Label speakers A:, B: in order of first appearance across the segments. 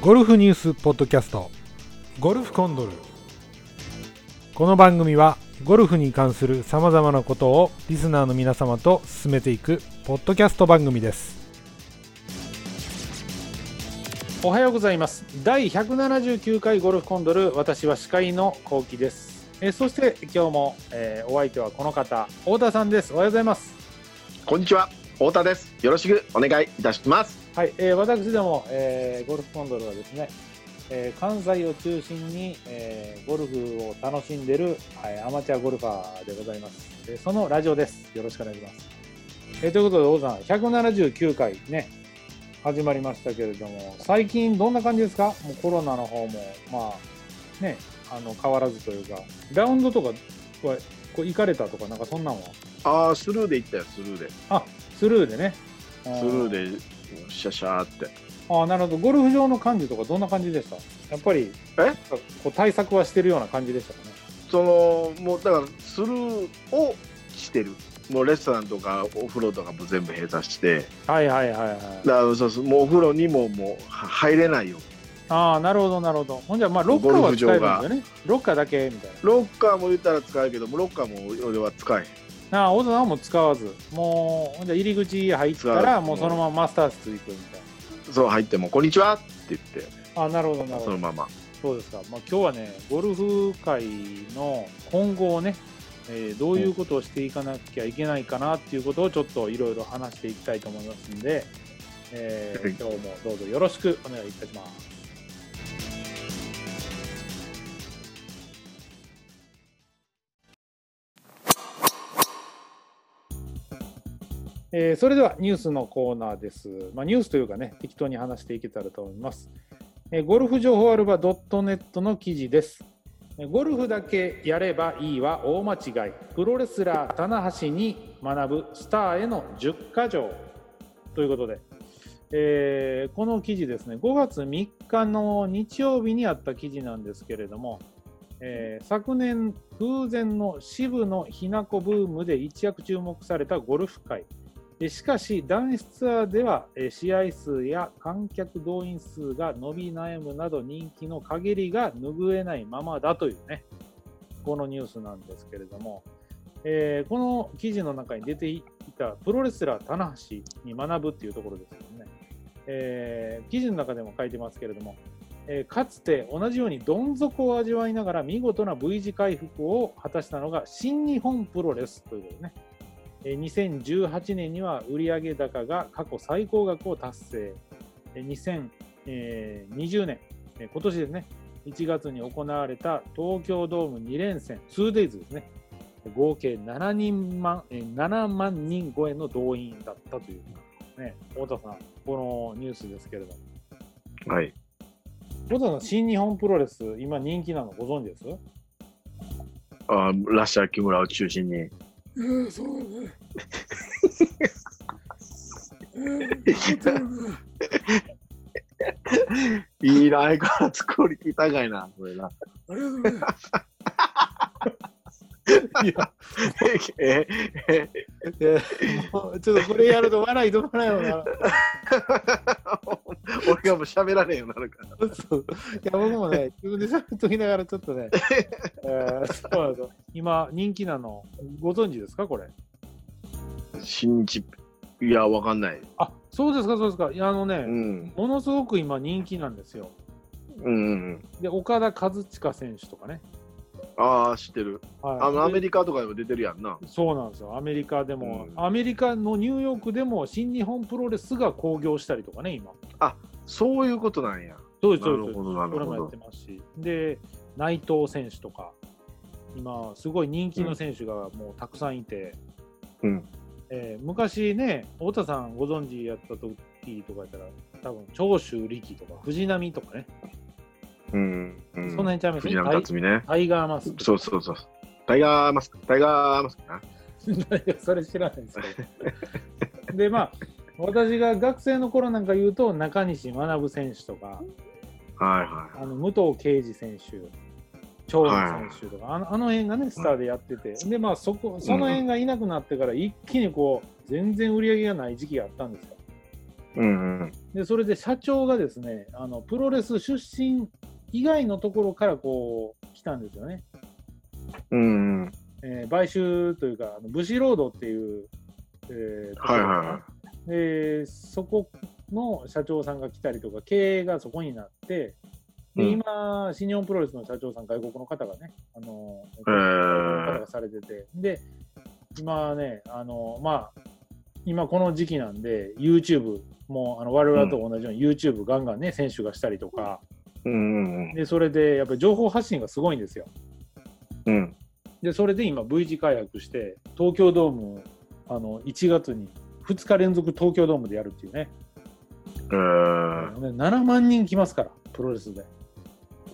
A: ゴルフニュースポッドキャストゴルフコンドルこの番組はゴルフに関するさまざまなことをリスナーの皆様と進めていくポッドキャスト番組です
B: おはようございます第179回ゴルフコンドル私は司会の幸喜ですえーそして今日も、えーお相手はこの方太田さんですおはようございます
C: こんにちは、太田です。よろしくお願いいたします。
B: はい、えー私ども、えーゴルフコンドルはですね、えー関西を中心に、えーゴルフを楽しんでる、はい、アマチュアゴルファーでございます。でそのラジオです。よろしくお願いします。えーということで、王さん、179回ね、始まりましたけれども、最近どんな感じですかもうコロナの方も、まあ、ね、あの変わらずというか、ラウンドとかはこう行かれたとか、なんかそんなんは、
C: ああ、スルーで行ったよ、スルーで。ス
B: あスルーでね。ス
C: ルーで、シャシャーって。
B: ああなるほどゴルフ場の感じとかどんな感じでしたやっぱり
C: え
B: こう対策はしてるような感じでしたかね
C: その、もうだから、スルーをしてる。もうレストランとかお風呂とかも全部閉鎖して、
B: はいはいはいはい
C: だからそうそうもうお風呂にももうは入れないよ。
B: ああなるほどなるほどほんじゃまあロッカーは使えるんですよねロッカーだけみたい
C: ロッカーも言ったら使えるけど、もうロッカーも俺は使えへん。
B: なああ大田さんも使わずもうほんじゃ入り口入った
C: 使
B: ら
C: う
B: もうそのままマスター室行くみたい
C: そう、入っても、こんにちはって言って、
B: なああなるほどなる
C: そ
B: ほ
C: の
B: ど
C: まま。
B: そうですか、まあ、今日はねゴルフ界の今後をね、えーどういうことをしていかなきゃいけないかなっていうことをちょっといろいろ話していきたいと思いますんで、えー
C: はい
B: 今日もどうぞよろしくお願いいたします。えーそれではニュースのコーナーです。まあ、ニュースというかね、適当に話していけたらと思います。えーゴルフ情報アルバ .net の記事です。えーゴルフだけやればいいは大間違い。プロレスラー、棚橋に学ぶスターへの10か条ということで、えーこの記事ですね、5月3日の日曜日にあった記事なんですけれども、えー昨年、空前の渋野日向子ブームで一躍注目されたゴルフ界。えーしかし、男子ツアーではえー試合数や観客動員数が伸び悩むなど人気の限りが拭えないままだというね、このニュースなんですけれども、えーこの記事の中に出ていたプロレスラー、棚橋に学ぶっていうところですけどね、えー記事の中でも書いてますけれども、えーかつて同じようにどん底を味わいながら見事な V 字回復を果たしたのが新日本プロレスということでね。えー2018年には売上高が過去最高額を達成。えー2020年、えー今年ですね、1月に行われた東京ドーム2連戦、2days ですね、合計7人万えー7万人超えの動員だったという、ね、太田さん、このニュースですけれども、
C: はい。
B: 太田さん、新日本プロレス、今人気なのご存知です
C: あーラッシャー木村を中心に。
D: うん、そうだね。うん
C: いいな、相変わらずクオリティ高いな、これな。
D: ありがとうね。
C: ええ
B: ちょっとこれやると笑い止まらないよな。
C: 俺がもう喋られへんようになるから。
B: そういや僕もね、自分で喋っときながらちょっと ね、えーそうなんですよ今、人気なの、ご存知ですか、これ。
C: 新日いや、わかんない。
B: あそうですか、そうですか。いや、あのね、
C: うん。
B: ものすごく今、人気なんですよ。
C: うんうん。
B: で、岡田和親選手とかね。
C: ああ、知ってる。
B: はい、
C: あの、アメ
B: リ
C: リカとかでも出てるやんな。
B: そうなんですよ、アメリカでも、
C: うん
B: アメリカのニューヨークでも、新日本プロレスが興行したりとかね、今。
C: そういうことなんや。
B: そうです、
C: な
B: そう
C: る
B: です。
C: ほど、な
B: これ
C: る
B: もや
C: ほ
B: っ
C: ど
B: て。ますし、で、内藤選手とか、今、すごい人気の選手がもうたくさんいて、
C: うん
B: えー昔ね、太田さんご存知やった時とかやったら、多分長州力とか、藤波とかね、
C: うん。う
B: その
C: ん。
B: 辺ちゃいます
C: 藤
B: ね、
C: 波
B: タイ
C: 辰巳ね。
B: タイガーマスク。
C: そうそうそう。タイガーマスク、タイガーマスクな。
B: いや それ知らないですけど。で、まあ、私が学生の頃なんか言うと、中西学選手とか、
C: はいは
B: あの武藤敬司選手、長野選手とか、あのあの辺がね、スターでやってて、で、まあそこ、その辺がいなくなってから、一気にこう、全然売り上げがない時期があったんですよ。
C: い。うんうん
B: でそれで社長がですねあのプロレス出身以外のところからこう来たんですよね、
C: うんうん
B: えー買収というかあの武士ロードっていう、えー
C: はいはいは
B: でそこの社長さんが来たりとか経営がそこになってで、
C: うん
B: 今新日本プロレスの社長さん外国の方がねあの、
C: へー
B: 方がされててで今ねあのまあ今この時期なんで YouTube もあの我々と同じように YouTube ガンガンね選手がしたりとか
C: いうんうん
B: でそれでやっぱり情報発信がすごいんですよ
C: うん
B: でそれで今 V 字開発して東京ドームあの1月に2日連続東京ドームでやるっていうね
C: えー
B: ね7万人来ますから、プロレスで。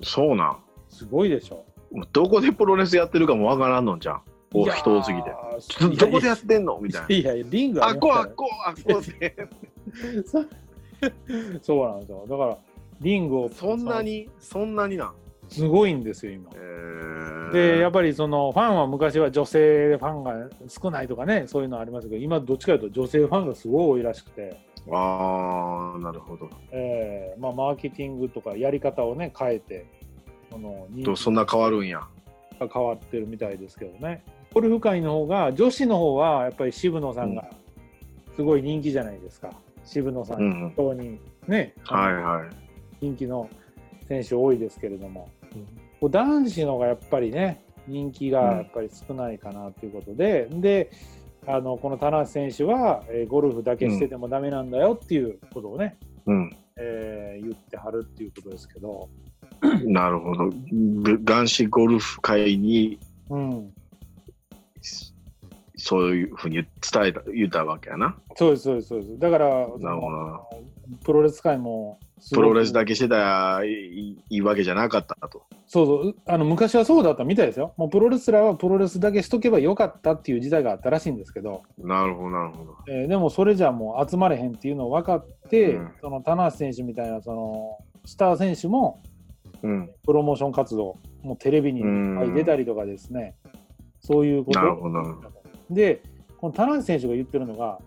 C: そうなん
B: すごいでしょ。
C: どこでプロレスやってるかもわからんのじゃんお人多すぎてちょ
B: て
C: どこでやってんのみたいない
B: やいや、リング
C: あ
B: あ
C: っ
B: り
C: こあ
B: ま
C: っこあっこって
B: すから そうなんですよ。だから、リングを、
C: そんなにそんなになん
B: すごいんですよ、今
C: え。ー
B: で、やっぱりそのファンは昔は女性ファンが少ないとかね、そういうのありますけど、今、どっちかというと女性ファンがすごい多いらしくて、
C: ああなるほど
B: えーまあ、マーケティングとかやり方をね、変えて、その
C: とそんな変わるんや
B: が変わってるみたいですけどね。ゴルフ界の方が、女子の方はやっぱり渋野さんがすごい人気じゃないですか。渋野さ、
C: うんんうん
B: 本当にね、
C: はいはい
B: 人気の選手多いですけれども、こう男子の方がやっぱりね、人気がやっぱり少ないかなということで、で、あのこの棚橋選手は、えーゴルフだけしててもダメなんだよっていうことをね、
C: うん
B: えー言ってはるっていうことですけど、
C: なるほどで男子ゴルフ界に
B: うん、
C: そういうふうに伝えた言ったわけやな
B: そうです、そうです、そうです。だから、
C: なるほどな
B: プロレス界もす
C: プ
B: ごく
C: ロレスだけしてたらいいいいわけじゃなかったと
B: そうそうあの昔はそうだったみたいですよもうプロレスラーはプロレスだけしとけばよかったっていう時代があったらしいんですけど、
C: なるほどなるほど
B: えーでもそれじゃもう集まれへんっていうのを分かって、
C: うん
B: その棚橋選手みたいなそのスター選手も
C: うん
B: プロモーション活動もうテレビにいっぱい出たりとかですね、そういうこと
C: なるほどなるほ
B: でこの棚橋選手が言ってるのが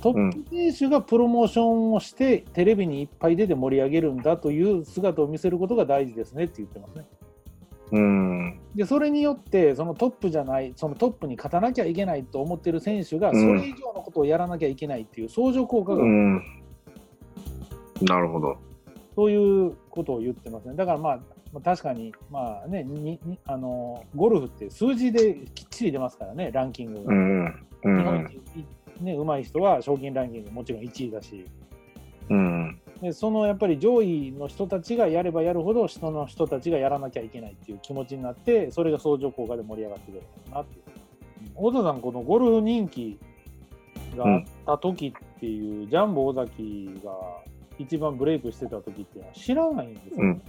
B: トップ選手がプロモーションをして、テレビにいっぱい出て盛り上げるんだという姿を見せることが大事ですねって言ってますね。
C: うん
B: でそれによってそのトップじゃないそのトップに勝たなきゃいけないと思ってる選手が
C: う
B: そ
C: ん
B: れ以上のことをやらなきゃいけないっていう相乗効果が、
C: うんなるほど
B: そういうことを言ってますねだからまあまあ確かにまあねににあのゴルフって数字できっちり出ますからねランキング
C: う
B: が。
C: んうんう
B: 日本
C: ん
B: 一ね、上手い人は賞金ランキングもちろん1位だし
C: うん
B: でそのやっぱり上位の人たちがやればやるほど下の人たちがやらなきゃいけないっていう気持ちになってそれが相乗効果で盛り上がってくるのかなっていう小田さんこのゴルフ人気があった時っていう、ジャンボ尾崎が一番ブレイクしてた時っていうのは知らないんですよ、
C: うん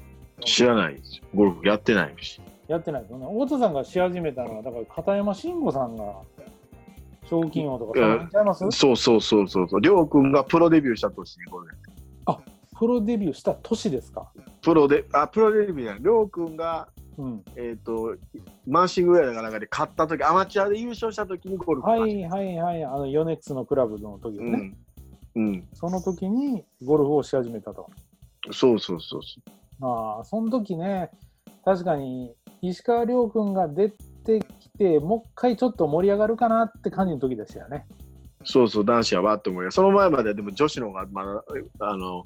C: 知らないですゴルフやってないし
B: やってないですよね太田さんがし始めたのはだから片山慎吾さんが賞金王とかそんなんちゃいます、
C: そうそうそうそうそうりょうくんがプロデビューした年にこれ
B: プロデビューした年ですか、
C: プロであプロデビューじゃないりょうくんが
B: うん、
C: えっ、とマンシングウェアかなんかで勝った時アマチュアで優勝した時にゴルフ
B: は
C: 勝ち
B: いはいはいあのヨネックスのクラブの時ね、
C: うん、うん、
B: その時にゴルフをし始めたと。
C: そうそうそうそ
B: まあ、その時ね、確かに石川遼君が出てきて、もう一回ちょっと盛り上がるかなって感じの時でしたよね。
C: うそうそう男子はわって思いますその前まではでも女子の方がまだあの、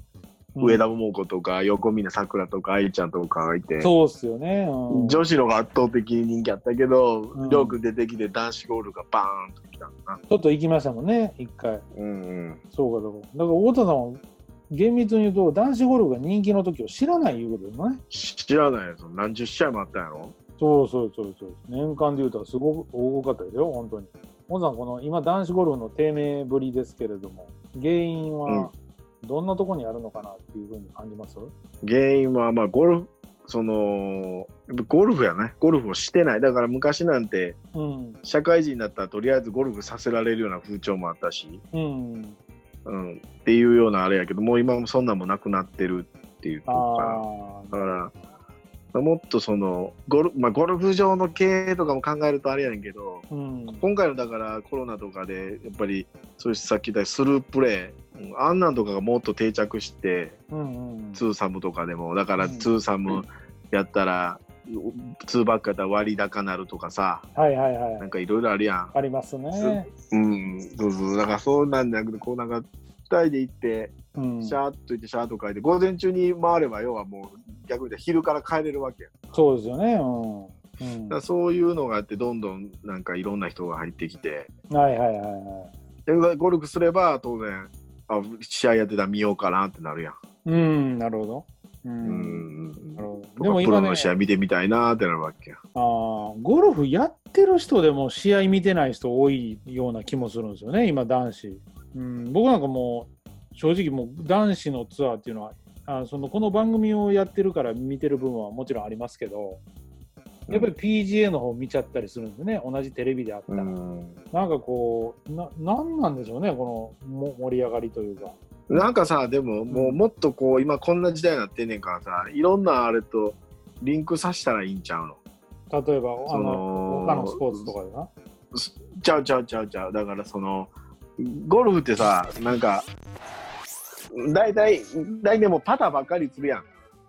C: 上田桃子とか横峯さくらとか愛ちゃんとかがいて
B: そうっすよね。うん
C: 女子の方が圧倒的に人気あったけど、
B: うん
C: りょうくん出てきて男子ゴルフがバーンときたのな
B: ちょっと行きましたもんね、一回。
C: うんうん
B: そうか、そうか。だから、太田さんは厳密に言うと、男子ゴルフが人気の時を知らないいうことですね。
C: 知らないやつ何十試合もあったんやろ
B: そうそうそうそう。年間で言うとすごく多かったですよ、本当に。本さん、この今、男子ゴルフの低迷ぶりですけれども、原因はどんなところにあるのかなっていうふうに感じます、
C: 原因はまあゴルフそのゴルフやねゴルフをしてないだから昔なんて
B: うん、
C: 社会人になったらとりあえずゴルフさせられるような風潮もあったし、
B: うん、
C: うん、っていうようなあれやけどもう今もそんなんもなくなってるっていうと
B: あ
C: こ
B: あ
C: かなだからもっとそのゴル,、まあ、ゴルフ場の経営とかも考えるとあれやねんけど
B: うん
C: 今回のだからコロナとかでやっぱりそういうさっき言ったスループレーうんあんなんとかがもっと定着して
B: うんうん
C: ツーサムとかでもだから
B: うん
C: ツーサムやったら、ツーバックやったら割高なるとかさ
B: はいはいはい
C: なんかいろいろあるやん
B: ありますね。
C: うんそうそうだからそうなんじゃなくてこうなんか2人で行って
B: うん、
C: シャーッと行ってシャーッと帰って午前中に回れば要はもう逆に言うと昼から帰れるわけや
B: そうですよね。うんうん、
C: だから
B: は
C: そういうのがあってどんどんなんかいろんな人が入ってきて
B: いはいはいは
C: でゴルフすれば当然あ試合やってたら見ようかなってなるやん。
B: い。うん、なるほど。うん。
C: うん
B: なるほど
C: と
B: でも
C: かプロ
B: 今ね、
C: の試合見てみたいなってなるわけやん。
B: あーゴルフやってる人でも試合見てない人多いような気もするんですよね、今、男子。うん、僕なんかもう、正直、もう男子のツアーっていうのはあその、この番組をやってるから見てる部分はもちろんありますけど、やっぱり PGA の方見ちゃったりするんですね、同じテレビであった
C: う
B: ら。
C: ん
B: なんかこう、ななんなんでしょうね、このも盛り上がりというか。
C: なんかさでももうもっとこう今こんな時代になってんねんからさいろんなあれとリンクさせたらいいんちゃうの
B: 例えば、あ
C: そ
B: の
C: の
B: 他のスポーツとかでな。
C: ちゃうちゃうちゃうちゃうだからそのゴルフってさなんか大体大体もうパターばっかりするやん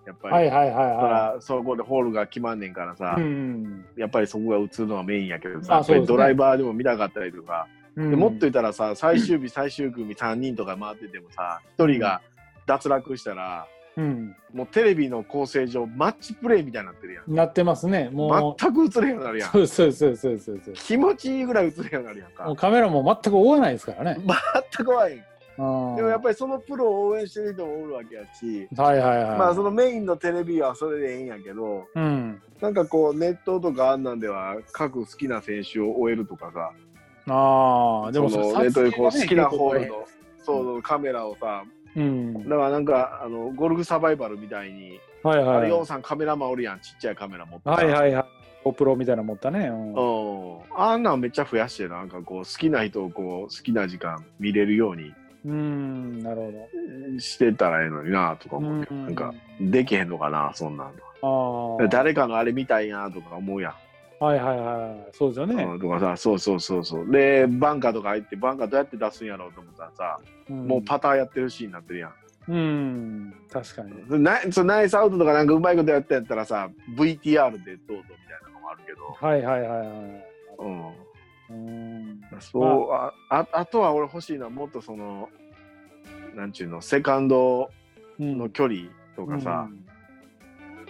C: やっぱり。
B: はいはいはい
C: だか
B: は
C: らそこでホールが決まんねんからさ、
B: い。うん。
C: やっぱりそこが打つのはメインやけどさ、
B: あ
C: やっぱ
B: そ
C: り
B: うですね
C: ドライバーでも見たかったりとか、
B: うん
C: でもっと言ったらさ最終日最終組3人とか回っててもさ1人が脱落したら
B: うん、
C: もうテレビの構成上マッチプレーみたいになってるやん
B: なってますね。もう、
C: 全く映れへんようになるやん
B: そうそうそうそうそうそう。
C: 気持ちいいぐらい映れへんようになるやん
B: も
C: か
B: うカメラも全く追わないですから ね。
C: 全く怖い
B: うん
C: でもやっぱりそのプロを応援してる人もおるわけやし
B: はいはいはい。
C: まあそのメインのテレビはそれでええんやけど
B: うん。
C: なんかこうネットとかあんなんでは各好きな選手を終えるとかさ
B: ああ、でも
C: その
B: 撮
C: ねとい
B: 影
C: うこう
B: がね
C: 好きなホール
B: 結
C: のそうそうカメラをさ
B: 構うん。
C: だからなんかあのゴルフサバイバルみたいに、
B: はい
C: あ
B: は
C: れ
B: い。
C: ヨウさんカメラマンおるやんちっちゃいカメラ持って
B: はい
C: い
B: はいはい。GoPro みたいなの持ったね。うん
C: うん、あんなんめっちゃ増やしてなんかこう好きな人をこう好きな時間見れるように
B: うん、なるほど。
C: してたらええのになとか思うけど、
B: うん
C: なんかできへんのかなそんなんとか
B: ああ。
C: 誰かのあれ見たいなとか思うやん
B: はいはいはい。そうですよね。
C: うんとかさそうそうそうそうでバンカーとか入ってバンカーどうやって出すんやろうと思ったらさ、もうパターやってるシーンになってるやん
B: うん、確かに。
C: それナイそれナイスアウトとかなんかうまいことやってやったらさ VTR でどうぞみたいなのもあるけど、
B: はいはいはいはい。
C: う
B: うん。
C: ん、そうあああとは俺欲しいのはもっとそのなんちゅうのセカンド
B: うん
C: の距離とかさ
B: う、ん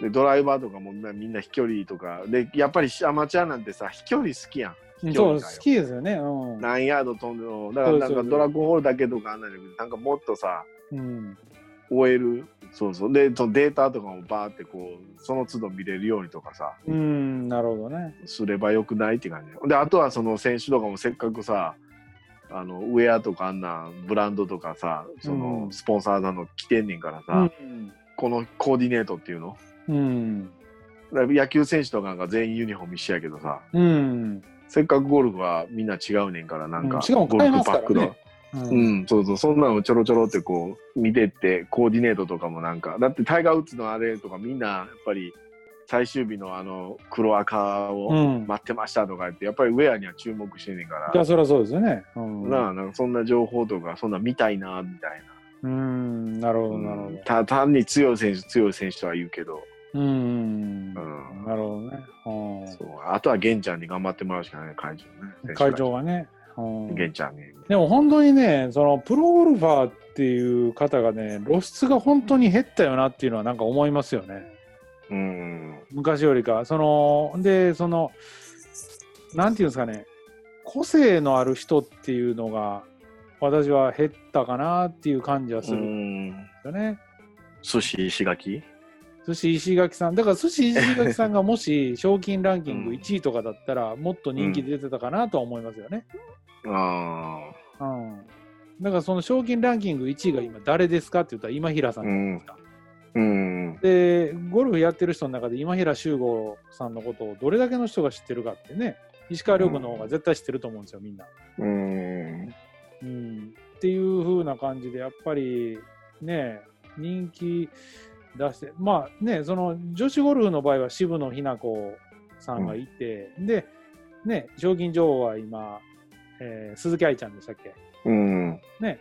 C: でドライバーとかもみんなみんな飛距離とかでやっぱりアマチュアなんてさ飛距離好きやん飛距
B: そ
C: 離
B: う、
C: がよ
B: 好きですよね。うん。
C: 何ヤード飛んでもだからなん
B: そうそう
C: か
B: そう
C: ドラゴンホールだけとかあんなんじゃなくてなんかもっとさ
B: うん、
C: 終えるそうそうでそのデータとかもバーってこうその都度見れるようにとかさ
B: うん、なるほどね。
C: すればよくないって感じであとはその選手とかもせっかくさあのウェアとかあんなブランドとかさそ
B: うん
C: のスポンサーさんの着てんねんからさ、
B: うん。
C: このコーディネートっていうの
B: うん。
C: だから野球選手とかが全員ユニフォーム一緒やけどさ
B: うん。
C: せっかくゴルフはみんな違うねんからなんか、
B: うん違う
C: ゴルフパックの、
B: 買えますう。
C: うんんそうそうそんなのちょろちょろってこう見てってコーディネートとかもなんかだってタイガー・ウッズのあれとかみんなやっぱり最終日のあの黒赤を
B: うん。
C: 待ってましたとか言ってやっぱりウェアには注目してんねんから
B: いや、そりゃそうですよね。うん。
C: なあなんかそんな情報とかそんな見たいなみたい
B: うん、なるほ
C: な,、
B: ど、なるほど。
C: た単に強い選手強い選手とは言うけど、
B: うん。な
C: うん
B: るほどね。
C: そうあとは玄ちゃんに頑張ってもらうしかない会場
B: う
C: ね
B: ん。会場はね。うん
C: 玄ちゃんに
B: でも本当にね、そのプロゴルファーっていう方がね、露出が本当に減ったよなっていうのはなんか思いますよね。
C: うん
B: 昔よりか。その、で、その、なんていうんですかね、個性のある人っていうのが、私は減ったかなっていう感じはす
C: う
B: るんで
C: ん
B: すよね。
C: 寿司石垣
B: 寿司石垣さん、だから寿司石垣さんがもし賞金ランキング1位とかだったら、もっと人気出てたかなとは思いますよね。
C: あ
B: うん。だからその賞金ランキング1位が今誰ですかって言ったら今平さ
C: あ
B: んじゃないで
C: うん
B: すか。
C: うん
B: で、ゴルフやってる人の中で今平修吾さんのことをどれだけの人が知ってるかってね、石川遼君の方が絶対知ってると思うんですよ、みんな。
C: うん
B: うん、っていう風な感じで、やっぱりね、人気出して、まあね、その女子ゴルフの場合は渋野日向子さんがいて、で、ね、賞金女王は今、えー鈴木愛ちゃんでしたっけ
C: うん。
B: ね、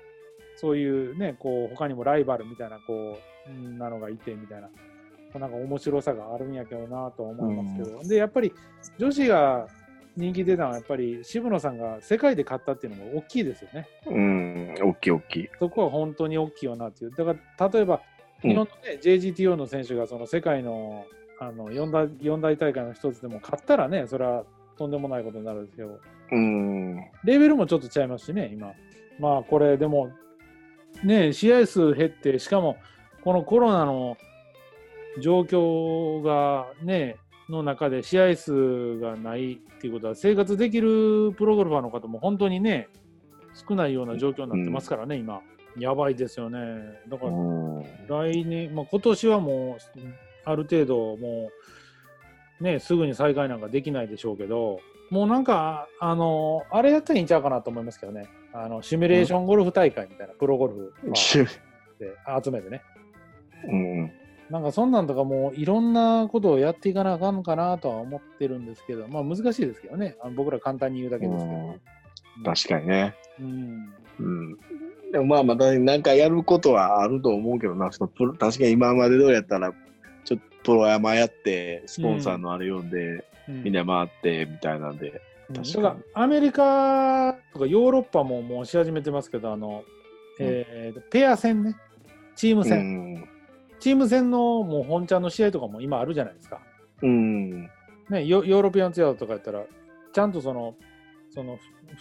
B: そういうね、こう、他にもライバルみたいな、こう、うんなのがいて、みたいな、なんか面白さがあるんやけどなとは思いますけど、で、やっぱり女子が人気出たのは、やっぱり渋野さんが世界で勝ったっていうのも大きいですよね。
C: うん。大きい大きい。
B: そこは本当に大きいよなっていう。だから、例えば、
C: うん
B: 日本のね、JGTO の選手が、その世界の、あの四大四大大会の一つでも勝ったらね、それはとんでもないことになるんですけど、
C: うん。
B: レベルもちょっとちゃいますしね、今。まあこれでも、ねえ、試合数減って、しかもこのコロナの状況がね、の中で試合数がないっていうことは、生活できるプロゴルファーの方も本当にね、少ないような状況になってますからね、今。やばいですよね。だから
C: う
B: 来年、まあ、今年はもう、ある程度、もう、ね、すぐに再開なんかできないでしょうけど、もうなんか、あの、あれやったらいいんちゃうかなと思いますけどね、あのシミュレーションゴルフ大会みたいな、プロゴルフま
C: ん。
B: あ
C: し
B: で集めてね、
C: うん。
B: なんかそんなんとかもういろんなことをやっていかなあかんかなとは思ってるんですけど、まあ難しいですけどね、あの僕ら簡単に言うだけですけど。
C: うん確かにね。
B: うん
C: うん。でもまあまたなんかやることはあると思うけどな、そのプロ確かに今までどうやったら、ちょっとプロ山やって、スポンサーのあれ読んで、
B: うん
C: みんな回ってみたいなんで。
B: うんだ
C: 確か
B: か
C: に
B: らアメリカとかヨーロッパももうし始めてますけど、あの、えーペア戦ね、チーム
C: う
B: 戦、
C: ん。
B: チーム戦のもう本ちゃんの試合とかも今あるじゃないですか。
C: うん。
B: ね、ヨヨーロピアンツアーとかやったら、ちゃんとその、その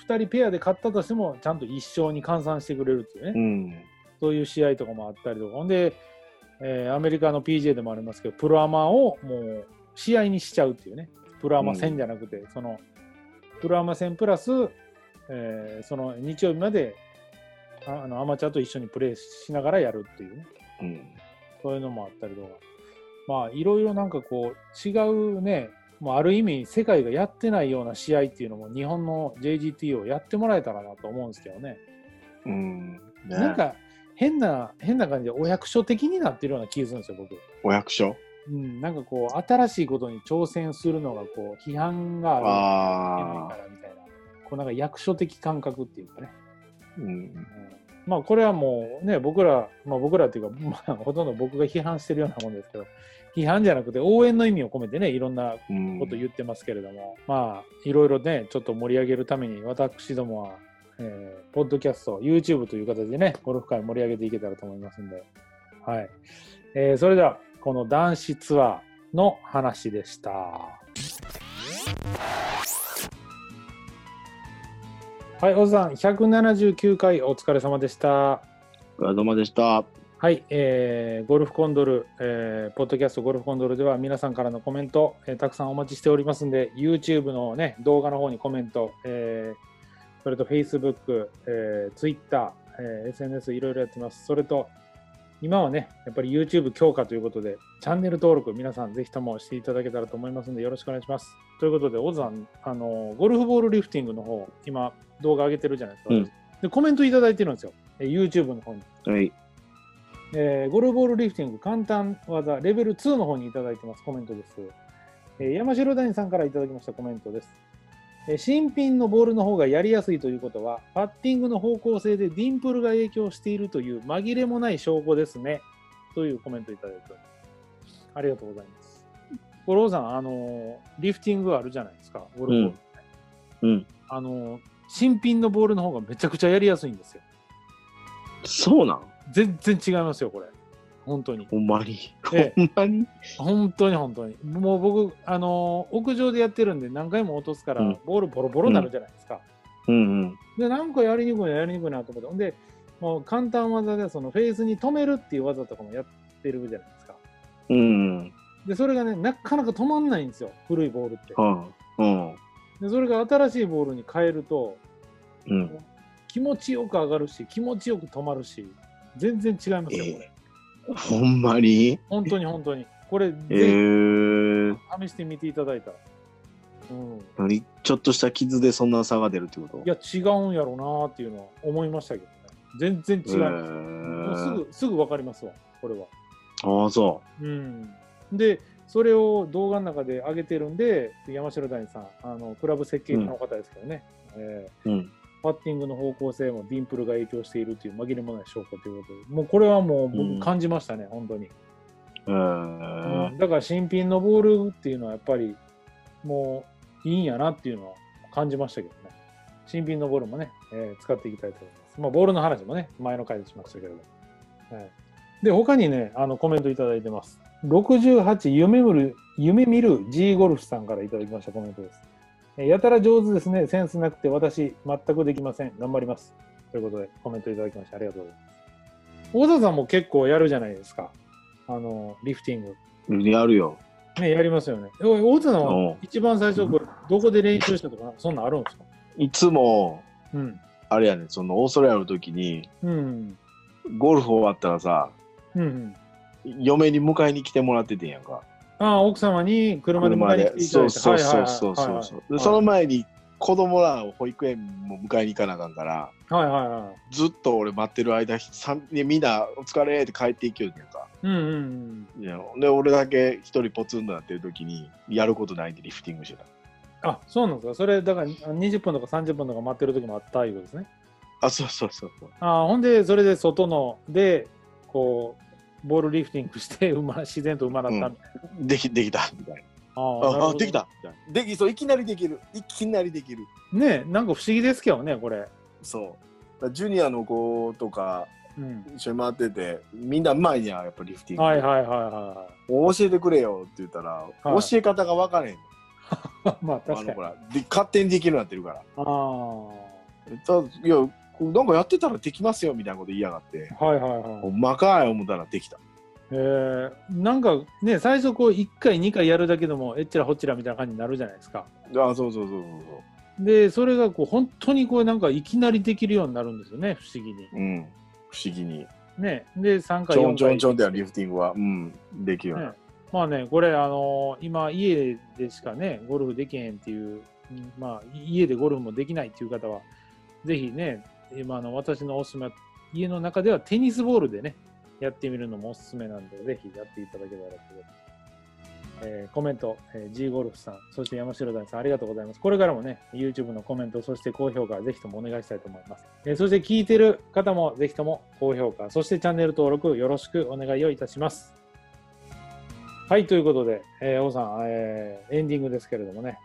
B: 2人ペアで勝ったとしても、ちゃんと一勝に換算してくれるっていうね、
C: うん。
B: そういう試合とかもあったりとか、ほんで、えーアメリカの PJ でもありますけど、プロアマをもう試合にしちゃうっていうね、プロアマ戦じゃなくて、そのプロアマ戦プラス、えーその日曜日までああのアマチュアと一緒にプレーしながらやるっていうね、
C: うん。
B: そういうのもあったりとか、まあ、いろいろなんかこう、違うね、もうある意味、世界がやってないような試合っていうのも、日本の JGT をやってもらえたらなと思うんですけどね。
C: うん。ね
B: なんか変な、変な感じでお役所的になってるような気がするんですよ、僕。
C: お役所
B: うん、なんかこう、新しいことに挑戦するのが、こう、批判がある
C: ああ
B: いけないからみたいな、こう、なんか役所的感覚っていうかね。
C: ー。うん。
B: うん、まあ、これはもうね、僕ら、まあ、僕らっていうか、まあ、ほとんど僕が批判してるようなもんですけど、批判じゃなくて、応援の意味を込めてね、いろんな
C: うん
B: こと言ってますけれども、まあいろいろねちょっと盛り上げるために私どもは、えーポッドキャスト YouTube という形でねゴルフ界盛り上げていけたらと思いますんで、はいえーそれではこの男子ツアーの話でしたはい小津さん179回お疲れ様でした
C: お疲れ様でした。
B: はい、えーゴルフコンドル、えーポッドキャストゴルフコンドルでは皆さんからのコメント、えーたくさんお待ちしておりますんで、YouTube のね、動画の方にコメント、えーそれと Facebook、えー Twitter、えー SNS いろいろやってます。それと、今はね、やっぱり YouTube 強化ということで、チャンネル登録、皆さんぜひともしていただけたらと思いますんで、よろしくお願いします。ということで、オズさん、あの、ゴルフボールリフティングの方、今、動画上げてるじゃないですか。
C: うん
B: で、コメントいただいてるんですよ、えー YouTube の方に。
C: はい。
B: えーゴルフボールリフティング簡単技レベル2の方にいただいてますコメントです、えー山城谷さんからいただきましたコメントです、えー新品のボールの方がやりやすいということはパッティングの方向性でディンプルが影響しているという紛れもない証拠ですねというコメントいただいておりますありがとうございます五郎さんあのーリフティングあるじゃないですかゴルフボール、
C: うんうん。
B: あのー新品のボールの方がめちゃくちゃやりやすいんですよ
C: そうなん
B: 全然違いますよこれ本当に
C: ほんまに。ほ
B: え
C: んまに
B: 本当に本当にもう僕あのー屋上でやってるんで何回も落とすから、
C: うん
B: ボールボロボロになるじゃないですか、
C: うんうん。
B: でなんかやりにくいなやりにくいなと思ってほんでもう簡単技でそのフェースに止めるっていう技とかもやってるじゃないですか
C: うんうん。
B: でそれがねなかなか止まんないんですよ古いボールって
C: うん。
B: でそれが新しいボールに変えると
C: うん。
B: 気持ちよく上がるし気持ちよく止まるし全然違いますよこれ、
C: ほんまに
B: 本当に本当にこれぜ
C: え
B: ひ
C: ー、
B: 試してみていただいたら、うん
C: 何ちょっとした傷でそんな差が出るってこと
B: いや違うんやろうなっていうのは思いましたけどね全然違います、もうすぐすぐ分かりますわこれは
C: ああ、そ
B: うん、でそれを動画の中で上げてるんで山城谷さんあのクラブ設計家の方ですけどね、え
C: う。うん。
B: ーパッティングの方向性もディンプルが影響しているという紛れもない証拠ということでもうこれはもう
C: うん
B: 僕感じましたね、本当に、
C: えー
B: うんだから新品のボールっていうのはやっぱりもういいんやなっていうのは感じましたけどね新品のボールもね、えー使っていきたいと思います、まあ、ボールの話もね前の回でしましたけれどはい、で他にねあのコメントいただいてます68夢見る夢見る G ゴルフさんからいただきましたコメントですえーやたら上手ですねセンスなくて私全くできません頑張りますということでコメントいただきましてありがとうございます大沢さんも結構やるじゃないですかあのリフティング
C: やるよ。
B: ねやりますよねお大沢さん
C: う
B: は
C: ん
B: 一番最初これどこで練習したとかそんなんあるんですか
C: いつも、
B: うん
C: あれやねん、そのオーストラリアの時に、
B: うん
C: ゴルフ終わったらさ、
B: うんうん
C: 嫁に迎えに来てもらっててんやんか。
B: ああ奥様に車で迎えに来ていた
C: そ
B: だ
C: う
B: いて
C: そう
B: はいうは
C: そ
B: い
C: そう
B: はいは
C: そう
B: い
C: そう。でその前に子供らを保育園も迎えに行かなあかんから、
B: はいはいはい
C: ずっと俺待ってる間、さんみんなお疲れって帰っていきよるやんか。
B: うんうんうん。
C: いやで、俺だけ一人ポツンとなってる時に、やることないんでリフティングしてた。
B: あ、そうなんですか。それ、だから20分とか30分とか待ってる時もあったいうことですね。
C: あ、そうそうそうそう。
B: あーほんで、それで外ので、こう、ボールリフティングして、 馬自然と馬だったみたいな。
C: でき、できた。みたいな。
B: あーなる
C: あ
B: ほ
C: あ
B: ど
C: できたできそういきなりできるいきなりできる
B: ねえなんか不思議ですけどね、これ。
C: そうだからジュニアの子とか
B: うん。
C: 一緒に回っててみんなうまいにゃやっぱリフティング、
B: はいはいはいは
C: 教えてくれよって言ったら、
B: はい
C: 教え方が分からへん
B: い はい。まあ、
C: あ
B: 確か
C: の
B: に
C: ほ。らで勝手にできるようになってるから
B: ああ
C: ただいやなんかやってたらできますよみたいなこと言いやがって
B: ー。はいはいは
C: ほ
B: い。
C: んまかい思ったらできた
B: えー、なんかね、最初こう1回、2回やるだけでも、えっちらほっちらみたいな感じになるじゃないですか。
C: あそうそうそうそうそ
B: で、それがこう本当にこうなんかいきなりできるようになるんですよね、不思議に。
C: ううん不思議に
B: ね、で3
C: ち
B: 回
C: ょん
B: 4
C: ちょん
B: 回
C: ちょんではリフティングはうんできるようになる、
B: まあねこれあのー今家でしかねゴルフできへんっていう、うんまあ、家でゴルフもできないっていう方はぜひね今あの私のおすすめは家の中ではテニスボールでねやってみるのもおすすめなんでぜひやっていただけたらと思います。えーコメント、えー G ゴルフさん、そして山城谷さん、ありがとうございます。これからもね、YouTube のコメント、そして高評価、ぜひともお願いしたいと思います。えーそして聞いてる方も、ぜひとも高評価、そしてチャンネル登録、よろしくお願いをいたします。はい、ということで、えー王さん、えーエンディングですけれどもね、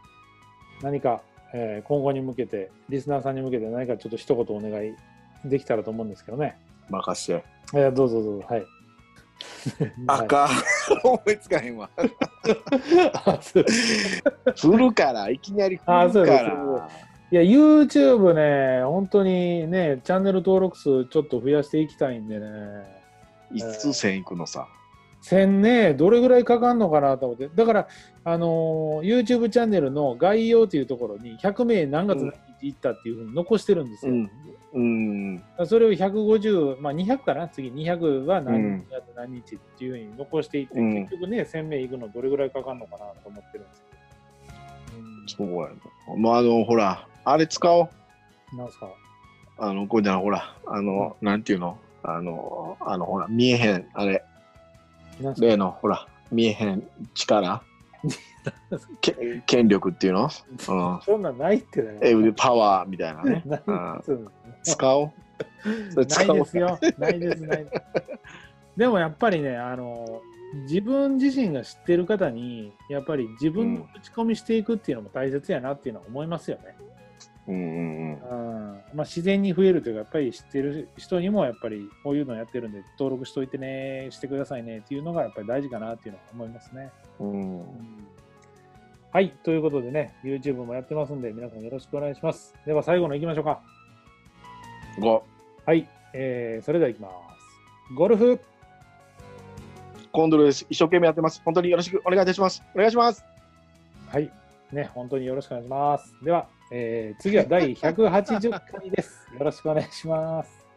B: 何か、えー今後に向けて、リスナーさんに向けて何かちょっと一言お願いできたらと思うんですけどね。
C: 任して
B: えーどうぞどうぞ、はい。
C: あかん思いつかへんわ
B: はいあそう
C: 振るから、いきなり振るか
B: あそう
C: ら。
B: いや、YouTube ね、本当にね、チャンネル登録数ちょっと増やしていきたいんでね、
C: いつ線行くのさ。
B: 1000ね、どれぐらいかかんのかなと思って、だから、あのー YouTube チャンネルの概要というところに、100名何月何日行ったっていうふうに残してるんですよ。だ
C: ん。うん。
B: からそれを150、まあ200かな、次200は何日あと何日っていうふうに残していって、
C: うん
B: 結局ね、1000名行くのどれぐらいかかんのかなと思ってるんですけど。
C: そうやな。もうあの、ほら、あれ使おう。
B: うん、なんすか
C: あの、こうじゃない、ほら、あの、なんていうのあの、あの、ほら、見えへん、あれ、
B: なんすか
C: 例の、ほら、見えへん 力。け権力っていうの、うん
B: そんなんないってだよ。
C: えパワーみたい なね。
B: ない
C: うん
B: っつうの
C: 使おう。そ
B: な
C: れ使
B: い
C: お
B: で
C: う。
B: すよ。ないです、ないです。でもやっぱりね、あの、自分自身が知ってる方に、やっぱり自分の口コミしていくっていうのも大切やなっていうのは思いますよね。
C: うんうんうん
B: うん。まあ、自然に増えるというか、やっぱり知ってる人にも、やっぱりこういうのやってるんで、登録しといてね、してくださいねっていうのがやっぱり大事かなっていうのは思いますね。
C: うん
B: はい、ということでね、YouTube もやってますんで、皆さんよろしくお願いします。では最後の行きましょうか。
C: ご
B: はい、えー、それでは行きます。ゴルフ
C: コンドルです。一生懸命やってます。本当によろしくお願いいたします。お願いします。
B: はい。ね、本当によろしくお願いします。では、えー次は第180回です。よろしくお願いします。